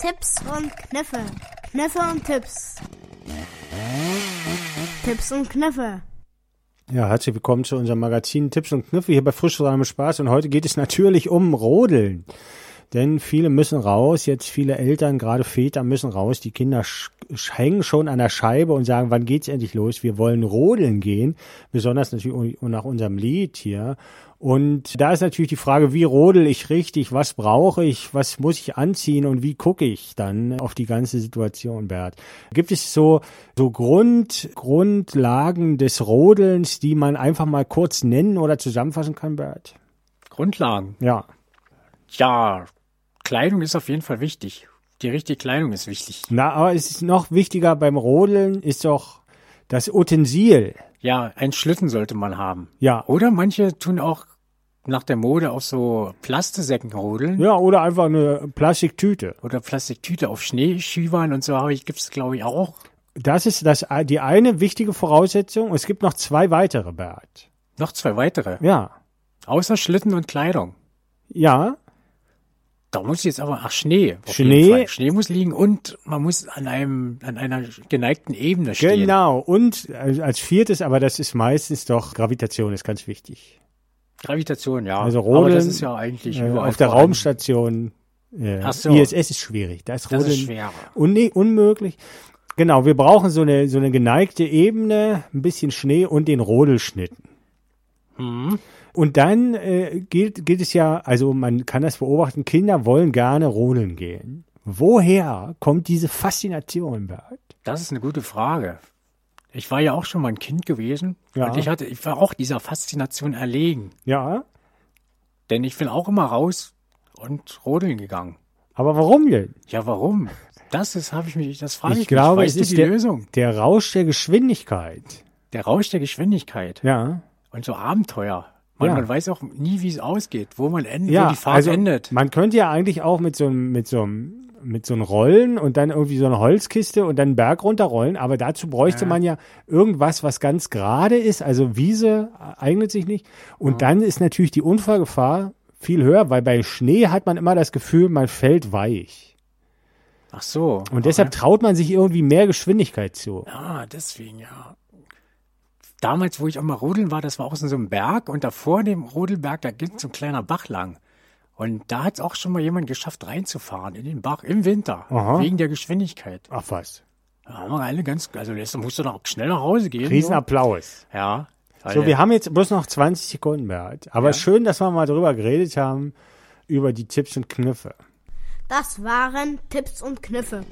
Tipps und Kniffe. Kniffe und Tipps. Tipps und Kniffe. Ja, herzlich willkommen zu unserem Magazin Tipps und Kniffe hier bei Frisch mit Spaß. Und heute geht es natürlich um Rodeln. Denn viele müssen raus, jetzt viele Eltern, gerade Väter müssen raus. Die Kinder sch- sch- hängen schon an der Scheibe und sagen, wann geht's endlich los? Wir wollen rodeln gehen. Besonders natürlich un- nach unserem Lied hier. Und da ist natürlich die Frage, wie rodel ich richtig? Was brauche ich? Was muss ich anziehen? Und wie gucke ich dann auf die ganze Situation, Bert? Gibt es so, so Grund, Grundlagen des Rodelns, die man einfach mal kurz nennen oder zusammenfassen kann, Bert? Grundlagen. Ja. Ja, Kleidung ist auf jeden Fall wichtig. Die richtige Kleidung ist wichtig. Na, aber es ist noch wichtiger beim Rodeln, ist doch das Utensil. Ja, einen Schlitten sollte man haben. Ja. Oder manche tun auch nach der Mode auf so Plastesäcken rodeln. Ja, oder einfach eine Plastiktüte. Oder Plastiktüte auf Schneeschiebern und so habe ich, gibt's glaube ich auch. Das ist das, die eine wichtige Voraussetzung. Es gibt noch zwei weitere, Bert. Noch zwei weitere. Ja. Außer Schlitten und Kleidung. Ja, Da muss jetzt aber, ach Schnee. auf Schnee. jeden Fall. Schnee muss liegen und man muss an einem, an einer geneigten Ebene stehen. genau. Und äh, als viertes, aber das ist meistens doch Gravitation, ist ganz wichtig. Gravitation, ja. Also aber Rodeln, das ist ja eigentlich Äh, überall auf der vorhanden. Raumstation äh, Ach so. ISS ist schwierig. Da ist Das Rodeln ist schwer. Un nee, unmöglich. Genau, wir brauchen so eine, so eine geneigte Ebene, ein bisschen Schnee und den Rodelschnitt. Mhm. Und dann äh, gilt, gilt es ja, also man kann das beobachten, Kinder wollen gerne rodeln gehen. Woher kommt diese Faszination, Bert? Das ist eine gute Frage. Ich war ja auch schon mal ein Kind gewesen Ja. und ich hatte, ich war auch dieser Faszination erlegen, Ja, denn ich bin auch immer raus und rodeln gegangen. aber warum denn? Ja, warum? Das ist, habe ich mich, das frage ich, ich glaube, mich. es Weißt ist du die der, Lösung? der Rausch der Geschwindigkeit. Der Rausch der Geschwindigkeit Ja, und so Abenteuer. Man, Ja. man weiß auch nie, wie es ausgeht, wo man endet, ja wo die Fahrt also endet. man könnte ja eigentlich auch mit so einem, mit so einem mit so einem Rollen und dann irgendwie so eine Holzkiste und dann einen Berg runterrollen, aber dazu bräuchte man ja irgendwas, was ganz gerade ist, also Wiese eignet sich nicht und dann ist natürlich die Unfallgefahr viel höher, weil bei Schnee hat man immer das Gefühl, man fällt weich Ach so. und deshalb traut man sich irgendwie mehr Geschwindigkeit zu. Ah, deswegen, ja. Damals, wo ich auch mal rodeln war, das war auch in so einem Berg und da vor dem Rodelberg, da ging so ein kleiner Bach lang. Und da hat es auch schon mal jemand geschafft, reinzufahren in den Bach im Winter, Aha. wegen der Geschwindigkeit. Ach was, Da haben wir alle ganz, also jetzt musst du doch schnell nach Hause gehen. Riesenapplaus. so. Ja. So, wir haben jetzt bloß noch 20 Sekunden mehr, aber schön, dass wir mal drüber geredet haben, über die Tipps und Kniffe. Das waren Tipps und Kniffe.